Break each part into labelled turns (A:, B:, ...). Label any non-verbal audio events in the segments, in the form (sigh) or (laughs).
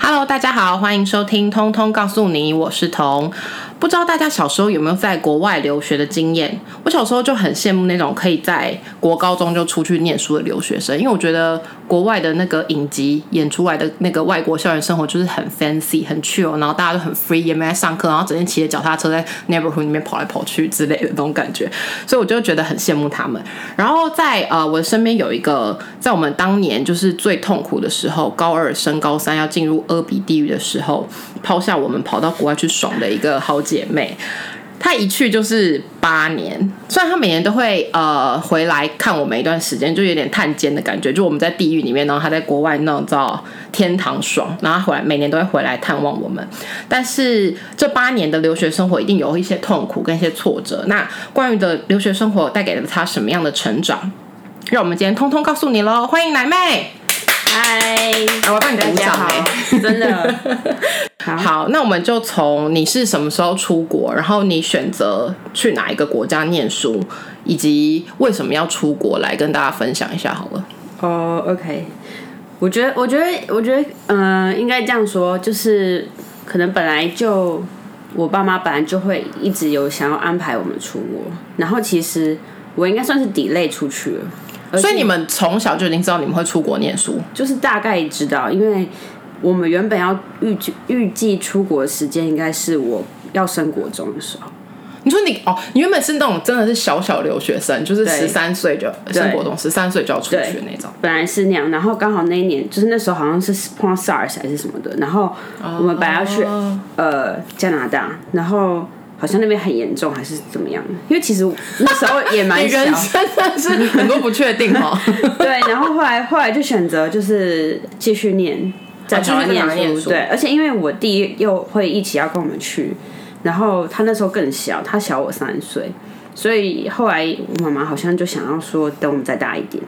A: Hello，大家好，欢迎收听《通通告诉你》，我是彤。不知道大家小时候有没有在国外留学的经验？我小时候就很羡慕那种可以在国高中就出去念书的留学生，因为我觉得国外的那个影集演出来的那个外国校园生活就是很 fancy、很 chill，然后大家都很 free，也没在上课，然后整天骑着脚踏车在 neighborhood 里面跑来跑去之类的那种感觉，所以我就觉得很羡慕他们。然后在呃，我身边有一个，在我们当年就是最痛苦的时候，高二升高三要进入阿比地狱的时候，抛下我们跑到国外去爽的一个好姐妹。她一去就是八年，虽然她每年都会呃回来看我们一段时间，就有点探监的感觉，就我们在地狱里面，然后她在国外那种叫天堂爽，然后她回来每年都会回来探望我们。但是这八年的留学生活一定有一些痛苦跟一些挫折。那关于的留学生活带给了她什么样的成长？让我们今天通通告诉你喽！欢迎奶妹，
B: 嗨，
A: 啊我帮你鼓
B: 大家
A: 掌
B: 好
A: 欸，
B: (laughs) 真的好
A: 好，那我们就从你是什么时候出国，然后你选择去哪一个国家念书，以及为什么要出国来跟大家分享一下好了。
B: 哦，OK、o k 我觉得，我觉得，我觉得，嗯、应该这样说，就是可能本来就我爸妈本来就会一直有想要安排我们出国，然后其实我应该算是 delay 出去了，而且
A: 所以你们从小就已经知道你们会出国念书，
B: 就是大概知道，因为我们原本要预计预计出国的时间应该是我要升国中的时候。
A: 你说你哦，你原本是那种真的是小小留学生，就是
B: 对
A: 十三岁就升国中，十三岁就要出去那种。
B: 本来是那样，然后刚好那一年就是那时候好像是碰到 SARS 还是什么的，然后我们本来要去、呃加拿大，然后好像那边很严重还是怎么样，因为其实那时候也
A: 你 (laughs)
B: 蛮小，
A: 人生真的是很多不确定哦。
B: (laughs) 对，然后后来后来就选择就是继续念，在台湾
A: 哦继续在台湾
B: 念
A: 念
B: 书，
A: 书
B: 对，而且因为我弟又会一起要跟我们去，然后他那时候更小，他小我三岁，所以后来我妈妈好像就想要说等我们再大一点。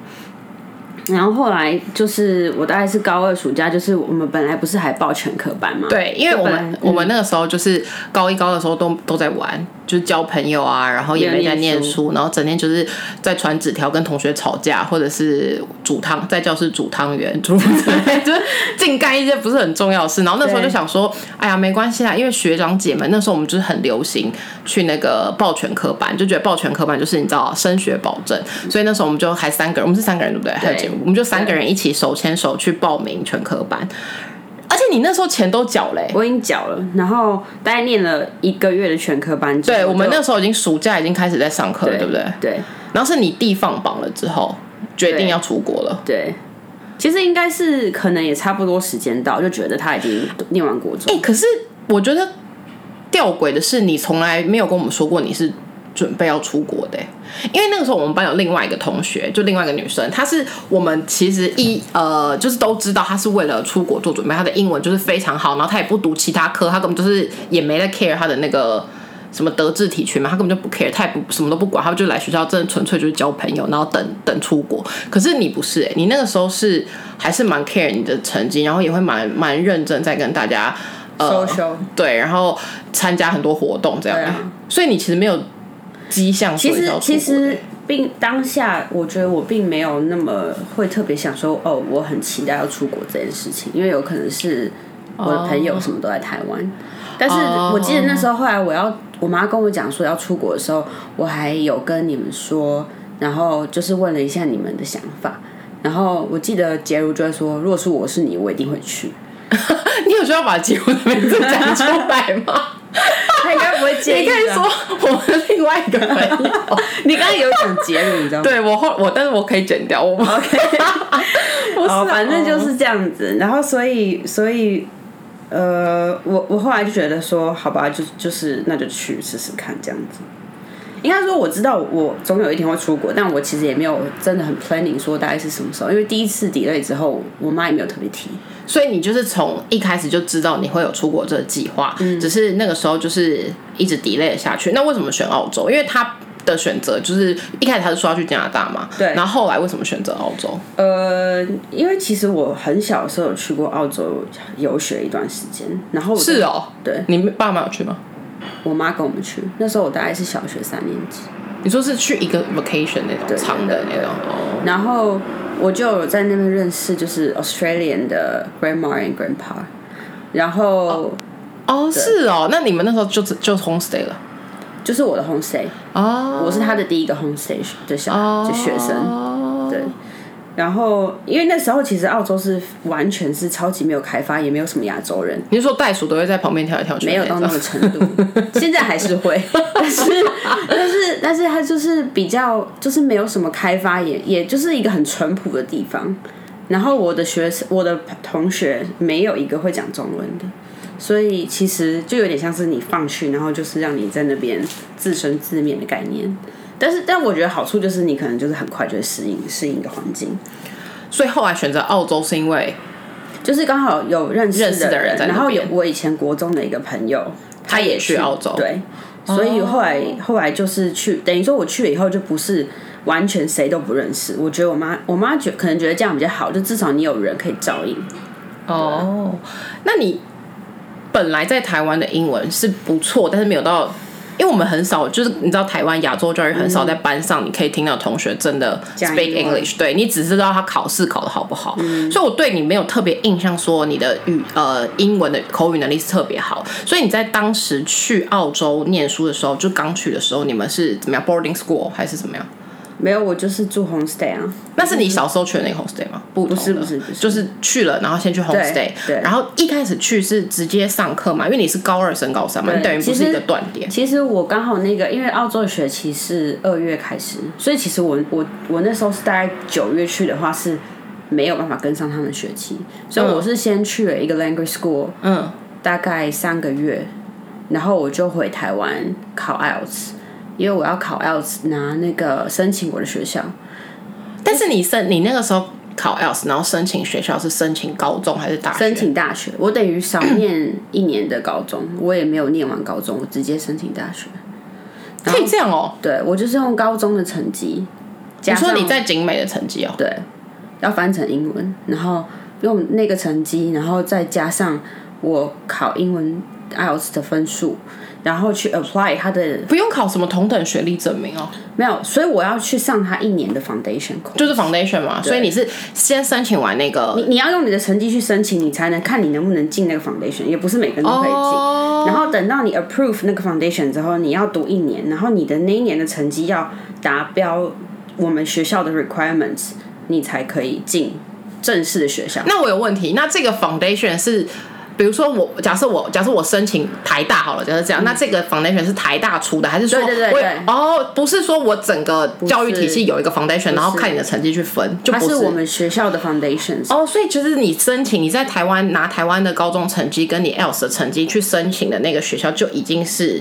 B: 然后后来就是我大概是高二暑假，就是我们本来不是还报全科班嘛，
A: 对，因为我
B: 就本
A: 们、
B: 来
A: 我们那个时候就是高一高二的时候都都在玩，就是交朋友啊，然后也没在念
B: 念
A: 书，然后整天就是在传纸条跟同学吵架，或者是煮汤在教室煮汤圆， (laughs) 煮就是净干一些不是很重要的事。然后那时候就
B: 对
A: 想说，哎呀，没关系啦，因为学长姐们那时候我们就是很流行去那个报全科班，就觉得报全科班就是你知道升学保证，所以那时候我们就还三个人，我们是三个人对不对？还有姐夫我们就三个人一起手牵手去报名全科班。而且你那时候钱都缴欸嘞、
B: 我已经缴了，然后大概念了一个月的全科班之后就，
A: 对，我们那时候已经暑假已经开始在上课了，对不对？
B: 对。
A: 然后是你弟放榜了之后，决定
B: 对
A: 要出国了。
B: 对，其实应该是可能也差不多时间到，就觉得他已经念完国中。
A: 哎、可是我觉得吊诡的是，你从来没有跟我们说过你是准备要出国的欸、因为那个时候我们班有另外一个同学，就另外一个女生，她是我们其实一呃就是都知道她是为了出国做准备，她的英文就是非常好，然后她也不读其他科，她根本就是也没在 care 她的那个。什么德智体群嘛，她根本就不 care，她也不什么都不管，她就来学校，真的纯粹就是交朋友，然后等等出国。可是你不是、欸，你那个时候是还是蛮 care 你的成绩，然后也会蛮蛮认真在跟大家呃
B: Social
A: 对，然后参加很多活动这样、
B: 对啊
A: 所以你其实没有迹象说
B: 其
A: 你
B: 实
A: 要出
B: 其
A: 国
B: 实并当下，我觉得我并没有那么会特别想说哦，我很期待要出国这件事情，因为有可能是我的朋友什么都在台湾。但是
A: 哦
B: 我记得那时候后来我要我妈跟我讲说要出国的时候，我还有跟你们说，然后就是问了一下你们的想法。然后我记得杰如就会说，如果是我是你，我一定会去。
A: (laughs) 你有需要把结婚的名字讲出来
B: (laughs)
A: 吗？
B: 他应该不会介
A: 你
B: 意啊
A: 可
B: 吧。
A: 以说我们另外一个朋友。
B: (laughs) 你刚刚有讲结论，你知道吗？
A: 对我后我，但是我可以剪掉。
B: (laughs)
A: 我 OK，不是啊、
B: 哦，反正就是这样子。然后所以所以呃，我我后来就觉得说，好吧，就就是那就去试试看这样子。应该说我知道我总有一天会出国，但我其实也没有真的很 planning 说大概是什么时候，因为第一次 delay 之后，我妈也没有特别提。
A: 所以你就是从一开始就知道你会有出国这个计划，
B: 嗯
A: 只是那个时候就是一直 delay 下去。那为什么选澳洲？因为他的选择就是一开始他是说要去加拿大嘛，
B: 对
A: 然后后来为什么选择澳洲？
B: 呃，因为其实我很小的时候有去过澳洲游学一段时间，然后我
A: 是哦，
B: 对
A: 你爸妈有去吗？
B: 我妈跟我们去，那时候我大概是小学三年级。
A: 你说是去一个 vacation 那种
B: 对
A: 长的那
B: 对
A: 种？哦，
B: 然后我就有在那边认识，就是 Australian 的 grandma and grandpa。然后
A: 哦，是哦，那你们那时候就就 homestay 了
B: 就是我的 home stay，
A: 哦，
B: 我是他的第一个 home stay 的小
A: 哦
B: 就学生。对然后因为那时候其实澳洲是完全是超级没有开发，也没有什么亚洲人，
A: 你是说袋鼠都会在旁边跳来跳去的
B: 没
A: 种，
B: 有到那个程度，现在还是会，但是但是但是它就是比较就是没有什么开发，也也就是一个很淳朴的地方。然后我的学生我的同学没有一个会讲中文的，所以其实就有点像是你放去，然后就是让你在那边自生自灭的概念。但是，但我觉得好处就是你可能就是很快就会适应适应一个环境，
A: 所以后来选择澳洲是因为
B: 就是刚好有认识
A: 认识的人在那边
B: 然后有我以前国中的一个朋友，
A: 他也去澳洲，哦
B: 对，所以后来、后来就是去，等于说我去了以后就不是完全谁都不认识。我觉得我妈我妈觉可能觉得这样比较好，就至少你有人可以照应。
A: 哦，那你本来在台湾的英文是不错，但是没有到，因为我们很少，就是你知道台湾亚洲教育很少在班上，你可以听到同学真的
B: 讲
A: speak
B: 英文嗯
A: English，对你只知道他考试考的好不好，所以我对你没有特别印象，说你的语呃英文的口语能力是特别好，所以你在当时去澳洲念书的时候，就刚去的时候，你们是怎么样 boarding school 还是怎么样？
B: 没有，我就是住 homestay 啊，
A: 那是你小时候去的那个 homestay 吗？不同的，
B: 不是不是不是
A: 就是去了，然后先去 homestay，
B: 对
A: 然后一开始去是直接上课嘛，因为你是高二升高三嘛，
B: 对
A: 你等于不
B: 其
A: 是
B: 实
A: 一个断点。
B: 其实我刚好那个，因为澳洲的学期是二月开始，所以其实我我我那时候是大概九月去的话是没有办法跟上他们的学期，所以我是先去了一个 language school，
A: 嗯，
B: 大概三个月，然后我就回台湾考 IELTS，因为我要考 IELTS 拿那个申请我的学校，
A: 但是你申你那个时候考 ELS，然后申请学校是申请高中还是大学？
B: 申请大学，我等于少念一年的高中，我也没有念完高中，我直接申请大学。
A: 可以这样哦、
B: 对我就是用高中的成绩，
A: 你
B: 加
A: 说
B: 上
A: 你在景美的成绩哦、
B: 对，要翻成英文，然后用那个成绩，然后再加上我考英文 IELTS 的分数，然后去 apply 它的
A: 不用考什么同等学历证明哦、
B: 没有，所以我要去上它一年的 foundation 课。
A: 就是 foundation 嘛，所以你是先申请完那个
B: 你你要用你的成绩去申请，你才能看你能不能进那个 foundation，也不是每个人都可以进。
A: 哦
B: 然后等到你 approve 那个 foundation 之后，你要读一年，然后你的那一年的成绩要达标我们学校的 requirements，你才可以进正式的学校。
A: 那我有问题，那这个 foundation 是，比如说我假设我假设我申请台大好了，假设这样，那这个 foundation 是台大出的，还是说我
B: 嗯对对对对
A: 哦，不是说我整个教育体系有一个 foundation，然后看你的成绩去分，就
B: 它
A: 不
B: 是我们学校的 foundations，、
A: 哦，所以就是你申请你在台湾拿台湾的高中成绩跟你 else 的成绩去申请的那个学校，就已经是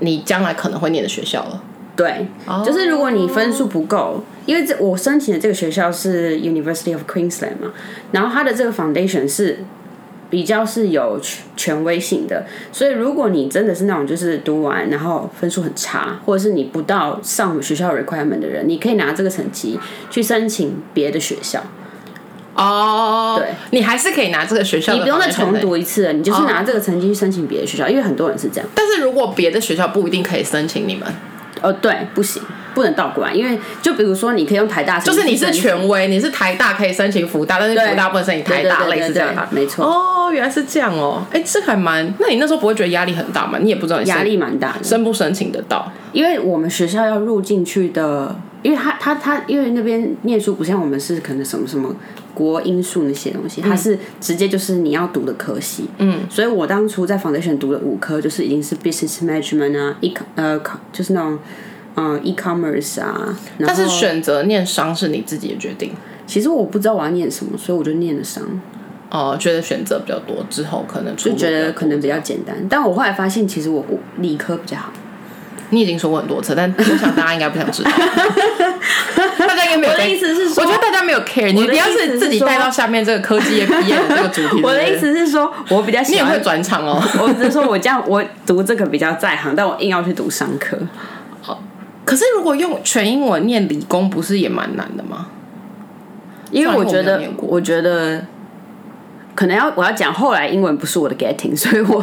A: 你将来可能会念的学校了。
B: 对，
A: 哦
B: 就是如果你分数不够，因为这我申请的这个学校是 University of Queensland 嘛，然后它的这个 foundation 是比较是有权权威性的，所以如果你真的是那种就是读完然后分数很差，或者是你不到上我们学校 requirement 的人，你可以拿这个成绩去申请别的学校，
A: 哦，
B: 对，
A: 你还是可以拿这个学校的，
B: 你不用再重。读一次了，你就是拿这个成绩去申请别的学校，因为很多人是这样。
A: 但是如果别的学校不一定可以申请你们，
B: 哦，对，不行，不能倒过来，因为就比如说，你可以用台大成
A: 就是你
B: 绩申请，
A: 是权威，你是台大可以申请福大，但是
B: 对
A: 福大不能申请台大，
B: 对对对
A: 类似这样
B: 对对对没错
A: 哦，原来是这样哦，哎，这还蛮……那你那时候不会觉得压力很大吗？你也不知道你申
B: 压力蛮大的，
A: 申不申请得到，
B: 因为我们学校要入进去的，因为他他他，因为那边念书不像我们是可能什么什么国英数那些东西，它是直接就是你要读的科系，嗯，所以我当初在 foundation 读的五科就是已经是 business management 啊，e 呃就是那种嗯、呃 e-commerce 啊，但
A: 但是选择念商是你自己的决定。
B: 其实我不知道我要念什么，所以我就念了商。
A: 哦、觉得选择比较多，之后可能就
B: 就觉得可能比较简单。但我后来发现，其实我我理科比较好，
A: 你已经说过很多次，但我想大家应该不想
B: (laughs)
A: 知道。大家应该没有
B: 我的
A: 在
B: 意思是说
A: 我觉得大家没有 care。你
B: 我的
A: 你要
B: 意思
A: 是
B: 是
A: 自己
B: 说
A: 带到下面这个科技业毕业的这个主题，
B: (laughs) 我的
A: 对
B: 意
A: 不对，
B: 思是说，我比较
A: 你
B: 喜
A: 也会
B: 欢。
A: 转场哦。
B: 我只是说，我这样我读这个比较在行，但我硬要去读商科。
A: 可是如果用全英文念理工，不是也蛮难的吗？
B: 因为我觉
A: 虽然我没有
B: 得
A: 念，过
B: 我觉得可能要我要讲，后来英文不是我的 getting，所以我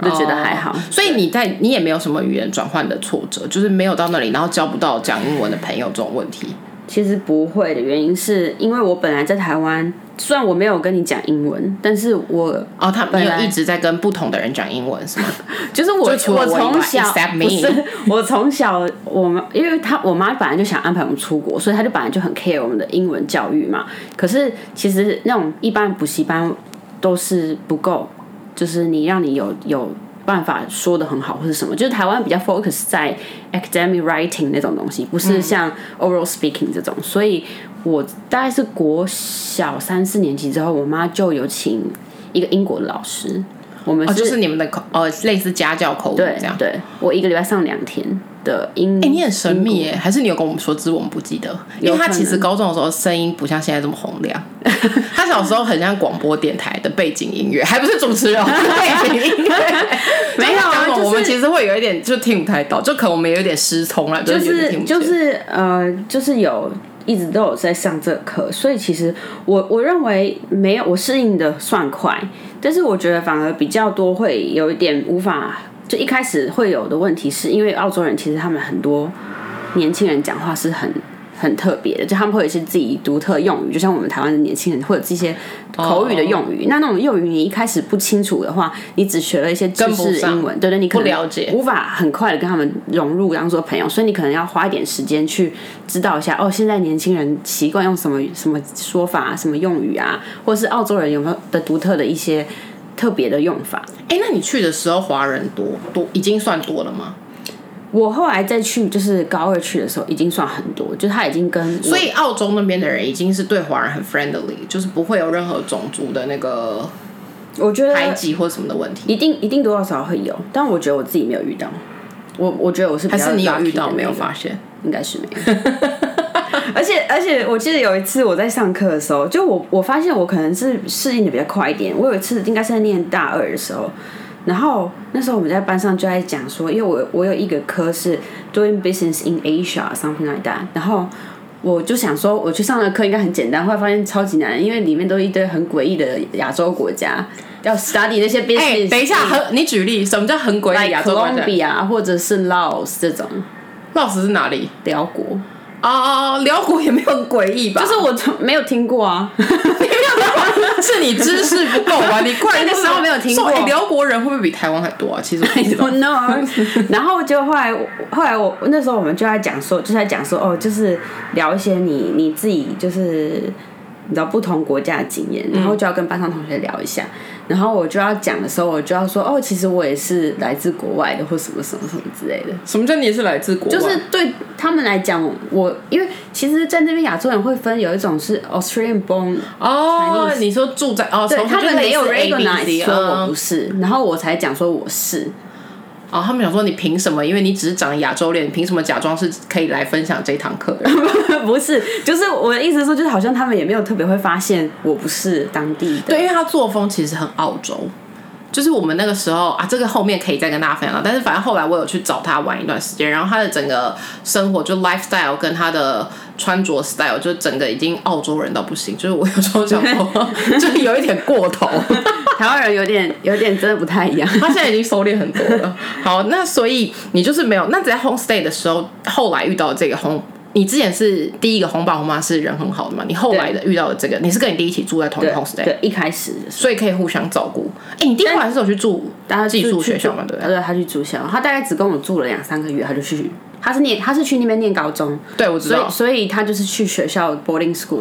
B: 我就觉得还好。
A: 哦所以你在你也没有什么语言转换的挫折，就是没有到那里，然后交不到讲英文的朋友这种问题。
B: 其实不会的原因是因为我本来在台湾，虽然我没有跟你讲英文，但是我
A: 哦，他
B: 本
A: 们
B: 来
A: 有一直在跟不同的人讲英文，是吗？
B: 就是我
A: 就除了我以外
B: 从小
A: except me
B: 不是我从小我们因为他我妈本来就想安排我们出国，所以她就本来就很 care 我们的英文教育嘛。可是其实那种一般补习班都是不够，就是你让你有有办法说的很好或是什么，就是台湾比较 focus 在 academic writing 那种东西，
A: 嗯
B: 不是像 oral speaking 这种，所以。我大概是国小三四年级之后，我妈就有请一个英国的老师，我们
A: 哦，就是你们的口哦，类似家教口语
B: 对
A: 这样。
B: 对，我一个礼拜上两天的英。
A: 哎、你很神秘耶，还是你有跟我们说，只是我们不记得？因为
B: 嗯有可
A: 他其实
B: 能
A: 高中的时候声音不像现在这么洪亮， (laughs) 他小时候很像广播电台的背景音乐，还不是主持
B: (laughs)
A: 人背景音乐。
B: 没有啊
A: 就是
B: 就是
A: 我们其实会有一点就听不太到，就可能我们有点失聪了，
B: 就
A: 有点
B: 是
A: 听不
B: 就
A: 见
B: 是呃，就是有一直都有在上这个课，所以其实我我认为没有我适应的算快，但是我觉得反而比较多会有一点无法，就一开始会有的问题，是因为澳洲人其实他们很多年轻人讲话是很。很特别的，就他们会有一些自己独特用语，就像我们台湾的年轻人会有这些口语的用语。那那种用语你一开始不清楚的话，你只学了一些知
A: 跟不
B: 识
A: 上
B: 英文，对对，你可能
A: 不了解
B: 无法很快的跟他们融入当做朋友，所以你可能要花一点时间去知道一下哦，现在年轻人习惯用什么什么说法、啊、什么用语啊，或者是澳洲人有没有的独特的一些特别的用法。
A: 哎、那你去的时候华人多多已经算多了吗？
B: 我后来再去，就是高二去的时候，已经算很多，就他已经跟
A: 所
B: 所
A: 以澳洲那边的人已经是对华人很 friendly，就是不会有任何种族的那个
B: 我觉得
A: 排挤或什么的问题。
B: 一定一定多多少少会有，但我觉得我自己没有遇到。我我觉得我是比
A: 还
B: 较
A: 是你有遇
B: lucky 的
A: 到没有
B: 那个
A: 发现？
B: 应该是没有。 (laughs) 而且而且，我记得有一次我在上课的时候，就我我发现我可能是适应的比较快一点。我有一次应该是在念大二的时候，然后那时候我们在班上就在讲说，因为我我有一个科是 doing business in Asia something like that，然后。我就想说，我去上的课应该很简单，后来发现超级难，因为里面都一堆很诡异的亚洲国家，要 study 那些 business。
A: 哎、等一下，很你举例，什么叫很啊鬼
B: 来
A: 亚
B: 哥
A: 洲国
B: 伦
A: 家？
B: 比亚啊或者是 Laos 这种
A: 老师是哪里？
B: 辽国，
A: 哦哦哦，辽国也没有很诡异吧？
B: 就是我从没有听
A: (laughs)
B: 过啊。
A: 是你知识不够
B: (laughs)
A: 吧？你怪
B: 那个时候没有听过
A: 哎辽国人会不会比台湾还多啊？其实我不
B: I
A: 知道
B: (laughs) don't know。然后就后来我，后来我那时候我们就在讲说，就在讲说哦，就是聊一些你你自己就是你知道不同国家的经验，
A: 嗯
B: 然后就要跟班上同学聊一下。然后我就要讲的时候，我就要说哦，其实我也是来自国外的，或什么什么什么之类的。
A: 什么叫你是来自国外？
B: 就是对他们来讲，我因为其实，在那边亚洲人会分有一种是 Australian born
A: 哦，你说住在哦，
B: 对
A: 从
B: 他们没有
A: A B C，
B: recognize 说我不
A: 嗯
B: 是，然后我才讲说我是。
A: 哦，他们想说你凭什么？因为你只是长亚洲脸，你凭什么假装是可以来分享这堂课的？
B: 不是，就是我的意思是说，就是好像他们也没有特别会发现我不是当地的。
A: 对，因为他作风其实很澳洲。就是我们那个时候啊，这个后面可以再跟大家分享到。但是反正后来我有去找他玩一段时间，然后他的整个生活就 lifestyle 跟他的穿着 style 就整个已经澳洲人到不行。就是我有时候想说，就是有一点过头。
B: 台湾人有点有点真的不太一样。
A: 他现在已经收敛很多了。好，那所以你就是没有，那只在 home stay 的时候，后来遇到这个 home，你之前是第一个红爸红妈是人很好的嘛？你后来的遇到的这个，你是跟你弟一起住在同一
B: 对
A: 个 home stay，
B: 对，一开始的时
A: 所以可以互相照顾。哎、你弟后来是有去住
B: 候他
A: 寄
B: 就
A: 宿
B: 去
A: 学校
B: 住
A: 嘛？对不对？
B: 对，他去住校，他大概只跟我住了两三个月，他就去。他是念，他是去那边念高中，
A: 对，我知
B: 所以
A: 道。
B: 所以他就是去学校 boarding school。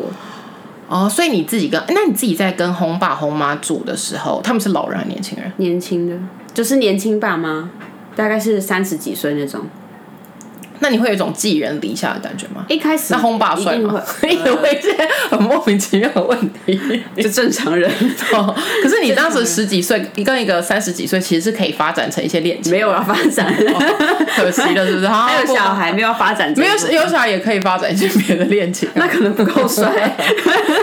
A: 哦，所以你自己跟那你自己在跟红爸红妈住的时候，他们是老人还是年轻人？
B: 年轻的，就是年轻爸妈，大概是三十几岁那种。
A: 那你会有一种寄人篱下的感觉吗？
B: 一开始
A: 那红爸
B: 一
A: 帅
B: 定
A: 吗
B: 会，？
A: 你也 (laughs) 会一些很莫名其妙的问
B: (laughs)
A: 题。
B: 就正常人
A: 哦，可是你当时十几岁，你跟一个三十几岁，其实是可以发展成一些恋情，
B: (laughs) 没有要发展，
A: 可惜了，是不是？好
B: 还有
A: 不
B: 小孩没有要发展这
A: 没
B: 一
A: 有
B: 步，
A: 有小孩也可以发展一些别的恋
B: (laughs)
A: 情、
B: 那可能不够
A: (laughs)
B: 帅。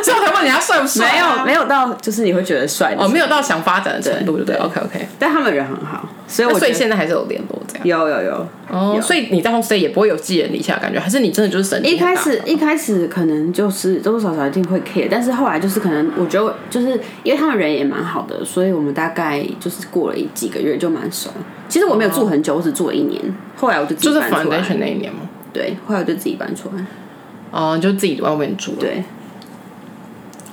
A: 所以我才问你他帅不帅、
B: 没有没有到，就是你会觉得帅的
A: 啊有哦，没有到想发展的程度，对不对
B: 对
A: ？OK OK，
B: 但他们人很好，所以我
A: 那所以
B: 觉得
A: 现在还是有联络这样。
B: 有有有。
A: 哦，所以你在 homestay 也不会有寄人篱下的感觉，还是你真的就是神经
B: 一
A: 很大
B: 开始一开始可能就是多多少少一定会 care，但是后来就是可能我觉得就是因为他们人也蛮好的，所以我们大概就是过了几个月就蛮熟。其实我没有住很久，我只住了一年，后来我就自
A: 就
B: 己
A: 是
B: 搬出来。
A: foundation 那一年吗？
B: 对，后来我就自己搬出来。
A: 哦、你就自己外面住了。
B: 对，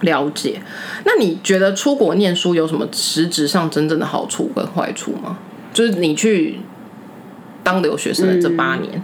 A: 了解。那你觉得出国念书有什么实质上真正的好处跟坏处吗？就是你去当留学生的这八
B: 嗯
A: 年，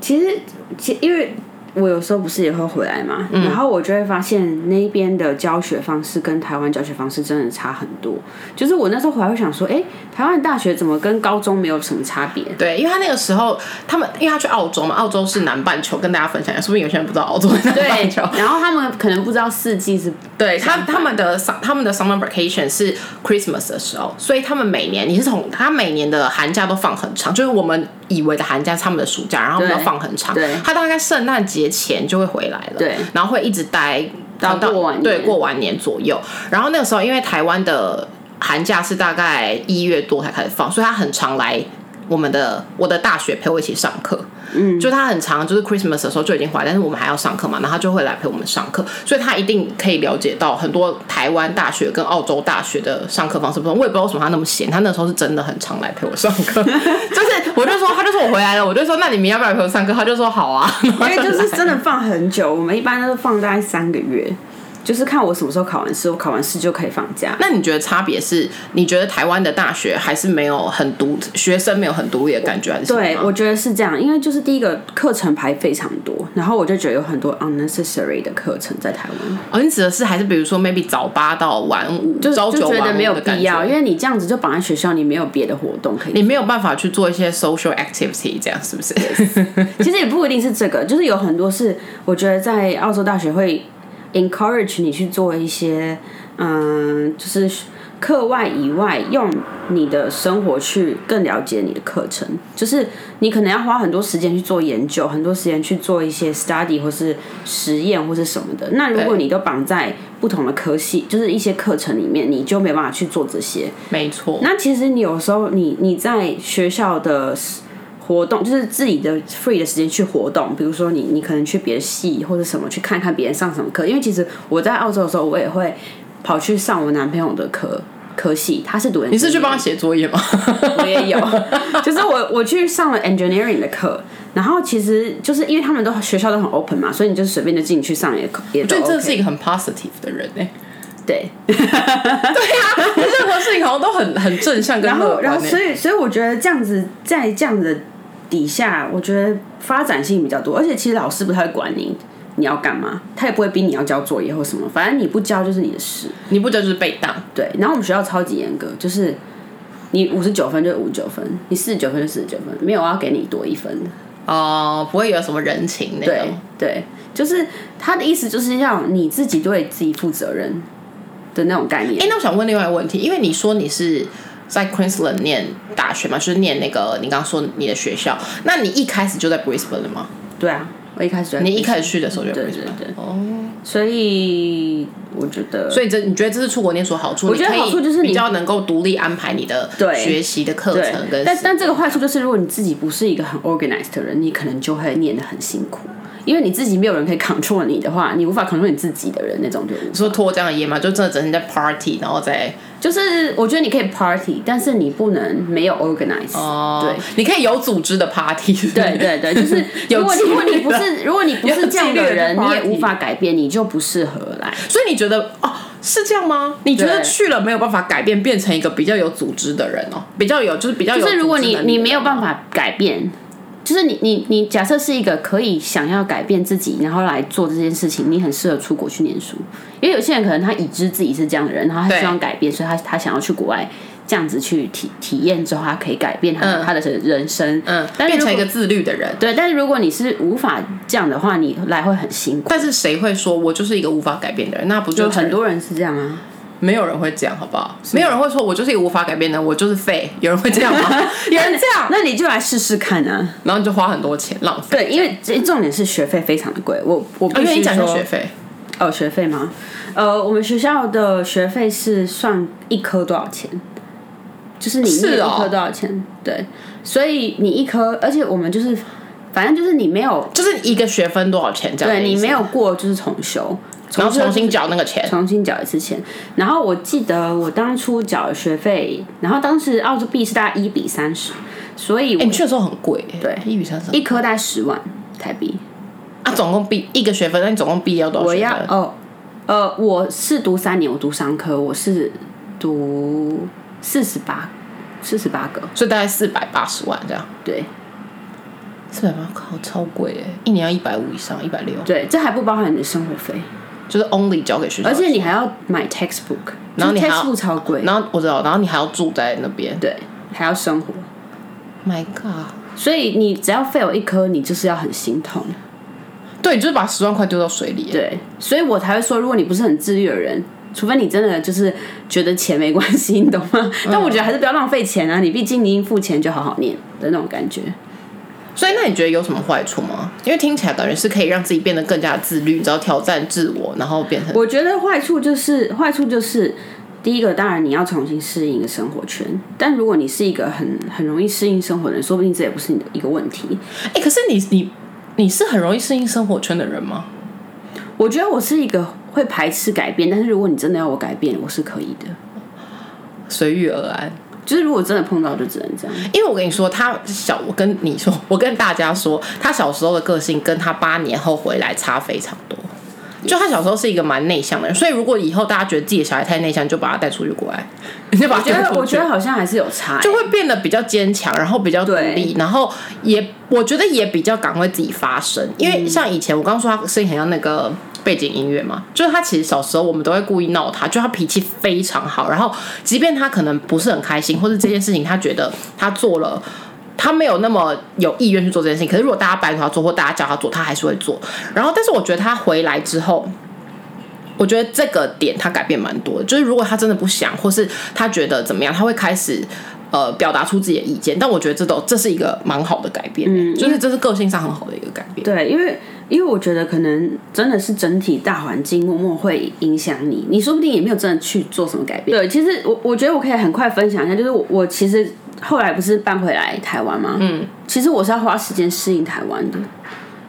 B: 其实其因为我有时候不是也会回来嘛，
A: 嗯
B: 然后我就会发现那边的教学方式跟台湾教学方式真的差很多。就是我那时候回来会想说，哎、台湾大学怎么跟高中没有什么差别？
A: 对，因为他那个时候他们，因为他去澳洲嘛，澳洲是南半球，跟大家分享一下，说不定有些人不知道澳洲是南半球。
B: (laughs) 然后他们可能不知道四季
A: (laughs)
B: 是
A: 对他他们的 sum- 他们的 summer vacation 是 Christmas 的时候，所以他们每年你是从他每年的寒假都放很长，就是我们以为的寒假是他们的暑假，然后他们
B: 对
A: 要放很长
B: 对，
A: 他大概圣诞节前就会回来了，
B: 对，
A: 然后会一直待
B: 到过完年
A: 对过完年左右，然后那个时候因为台湾的寒假是大概一月多才开始放，所以他很常来我们的我的大学陪我一起上课，嗯，就他很常就是 Christmas 的时候就已经回来，但是我们还要上课嘛，然后他就会来陪我们上课，所以他一定可以了解到很多台湾大学跟澳洲大学的上课方式不同。我也不知道为什么他那么闲，他那时候是真的很常来陪我上课，就是我就说他就说我回来了，我就说那你明天要不要来陪我上课？他就说好啊，因
B: 因为就是真的放很久，我们一般都是放大概三个月，就是看我什么时候考完试，我考完试就可以放假。
A: 那你觉得差别是？你觉得台湾的大学还是没有很独学生没有很独立的感觉，还是什么
B: 对，
A: 吗
B: 我觉得是这样，因为就是第一个课程排非常多，然后我就觉得有很多 unnecessary 的课程在台湾，
A: 哦，你指的是还是比如说 maybe 早八到晚五，
B: 就
A: 朝
B: 就
A: 九
B: 觉得
A: 晚
B: 没有
A: 五的感
B: 必要，因
A: 觉。
B: 为你这样子就绑在学校，你没有别的活动可以
A: 你没有办法去做一些 social activity，这样是不
B: (laughs)
A: 是？
B: 其实也不一定是这个，就是有很多是我觉得在澳洲大学会 encourage 你去做一些，嗯，就是课外以外，用你的生活去更了解你的课程。就是你可能要花很多时间去做研究，很多时间去做一些 study 或是实验或是什么的。那如果
A: 对
B: 你都绑在不同的科系，就是一些课程里面，你就没办法去做这些。
A: 没错，
B: 那其实你有时候你你在学校的 s- 活动，就是自己的 free 的时间去活动，比如说你你可能去别的系或者什么去看看别人上什么课，因为其实我在澳洲的时候，我也会跑去上我男朋友的课。科系，他是读 engineering，你
A: 你是去帮他写作业吗？(laughs)
B: 我也有，就是我我去上了 engineering 的课，然后其实就是因为他们都学校都很 open 嘛，所以你就随便就进去上也可也都
A: 对，这
B: OK，
A: 是一个很 positive 的人
B: (laughs)
A: 哎、
B: 对，
A: 任何事情好像都很很正向跟
B: 然
A: 乐
B: 后，
A: 观、欸。
B: 然后，所以，所以我觉得这样子，在这样的底下，我觉得发展性比较多，而且其实老师不太会管你你要干嘛，他也不会逼你要交作业或什么，反正你不交就是你的事。
A: 你不觉得就是被当？
B: 对，然后我们学校超级严格，就是你五十九分就五九分，你四十九分就四十九分，没有要给你多一分的。
A: 哦、不会有什么人情那
B: 对
A: 种。
B: 对，就是他的意思就是要你自己对自己负责任的那种概念。
A: 哎、那我想问另外一个问题，因为你说你是在 Queensland 念大学嘛，就是念那个你刚刚说你的学校，那你一开始就在 Brisbane 了吗？
B: 对啊，我一开始就在
A: 你一开始去的时候就在
B: 对
A: Brisbane，
B: 对对，
A: 哦，
B: 所以我觉得，
A: 所以这你觉得这是出国念书好处？我
B: 觉得好处就是你
A: 比较能够独立安排你的
B: 对
A: 学习的课
B: 对，
A: 程跟
B: 但但这个坏处就是，如果你自己不是一个很 organized 的人，你可能就会念得很辛苦，因为你自己没有人可以 (laughs) control 你的话，你无法 control 你自己的人那种就无
A: 说脱这样的夜嘛，就真的整天在 party，然后再
B: 就是我觉得你可以 party，但是你不能没有 organize、
A: 哦，
B: 对。，
A: 你可以有组织的 party，
B: 对对对，就是
A: 有
B: 如果你
A: 纪
B: 如果你
A: 律
B: 不
A: 的
B: 是如果你不
A: 有
B: 是这样
A: 纪律
B: 的
A: 的
B: 人，你也
A: party
B: 无法改变，你就不适合来。
A: (laughs) 所以你觉得哦，是这样吗？你觉得
B: 对
A: 去了没有办法改变，变成一个比较有组织的人哦，比较有就是比较有
B: 就
A: 组织
B: 是
A: 能力的人。
B: 如果你你没有办法改变，就是你你你假设是一个可以想要改变自己，然后来做这件事情，你很适合出国去念书，因为有些人可能他已知自己是这样的人，然后他
A: 对
B: 希望改变，所以他他想要去国外这样子去体体验之后，他可以改变他、
A: 嗯
B: 他的人生，
A: 嗯，
B: 但是
A: 变成
B: 如
A: 一
B: 果
A: 个自律的人。
B: 对，但是如果你是无法这样的话，你来会很辛苦。
A: 但是谁会说我就是一个无法改变的人？那不
B: 就
A: 就
B: 很多人是这样 (laughs) 啊，
A: 没有人会这样，好不好？没有人会说我就是一个无法改变的人，我就是废。有人会这样吗？
B: (laughs)
A: 有人这样，
B: 那你就来试试看啊。
A: 然后你就花很多钱浪费。
B: 对，因为这重点是学费非常的贵，我我
A: 我
B: 不
A: 愿意
B: 愿意
A: 讲一下学费，
B: 哦，学费吗？呃，我们学校的学费是算一科多少钱？就是你念
A: 是哦
B: 一科多少钱？对，所以你一科，而且我们就是，反正就是你没有，
A: 就是一个学分多少钱这样的
B: 对
A: 意
B: 你
A: 思？
B: 没有过就是重修，
A: 然后
B: 重修
A: 重新缴那个钱。
B: 重新缴一次钱。然后我记得我当初缴的学费，然后当时澳洲币是大概一比三十，所以
A: 哎，
B: 我
A: 你去的时候很贵，欸
B: 对
A: 一比三十
B: 一科大概十万台币。
A: 啊，啊，总共毕一个学分，那你总共毕业要多少
B: 我
A: 学
B: 要
A: 分？
B: 哦，呃，我是读三年，我读商科，我是读四十八，四十八个，
A: 所以大概四百八十万这样。
B: 对
A: 四百八，靠，超贵哎！一年要一百五以上，一百六，
B: 对，这还不包含你的生活费，
A: 就是 only 交给学校。
B: 而且你还要买 textbook，
A: 然后你还要
B: textbook 超贵，
A: 然后我知道，然后你还要住在那边。
B: 对，还要生活，
A: My God，
B: 所以你只要 fail 一科，你就是要很心痛。
A: 对，就是把十万块丢到水里。欸
B: 对，所以我才会说，如果你不是很自律的人，除非你真的就是觉得钱没关系，你懂吗？
A: 嗯
B: 但我觉得还是不要浪费钱啊！你毕竟你已经付钱，就好好念的那种感觉。
A: 所以那你觉得有什么坏处吗？因为听起来感觉是可以让自己变得更加自律，你知道挑战自我，然后变成
B: 我觉得坏处就是坏处就是。第一个，当然你要重新适应一个生活圈，但如果你是一个很很容易适应生活的人，说不定这也不是你的一个问题。
A: 哎、可是你你你是很容易适应生活圈的人吗？
B: 我觉得我是一个会排斥改变，但是如果你真的要我改变，我是可以的。
A: 随遇而安。
B: 就是如果真的碰到，就只能这样。
A: 因为我跟你说，他小，我跟你说，我跟大家说，他小时候的个性跟他八年后回来差非常多。就他小时候是一个蛮内向的人，所以如果以后大家觉得自己的小孩太内向，你就把他带出去国外，你就把
B: 我
A: 他
B: 觉
A: 丢
B: 得
A: 出
B: 我
A: 去
B: 觉。得好像还是有差、欸，
A: 就会变得比较坚强，然后比较独立，然后也我觉得也比较敢为自己发声。因
B: 嗯
A: 为像以前我刚刚说他声音很像那个背景音乐嘛，就是他其实小时候我们都会故意闹他，就他脾气非常好，然后即便他可能不是很开心，或者这件事情他觉得他做了。他没有那么有意愿去做这件事情，可是如果大家拜托他做，或大家叫他做，他还是会做。然后，但是我觉得他回来之后，我觉得这个点他改变蛮多的，就是如果他真的不想，或是他觉得怎么样，他会开始呃表达出自己的意见。但我觉得这都这是一个蛮好的改变、
B: 嗯
A: 就是这是个性上很好的一个改变。
B: 对，因为因为我觉得可能真的是整体大环境默默会影响你，你说不定也没有真的去做什么改变。对，其实我我觉得我可以很快分享一下，就是我我其实后来不是搬回来台湾吗？嗯，其实我是要花时间适应台湾的，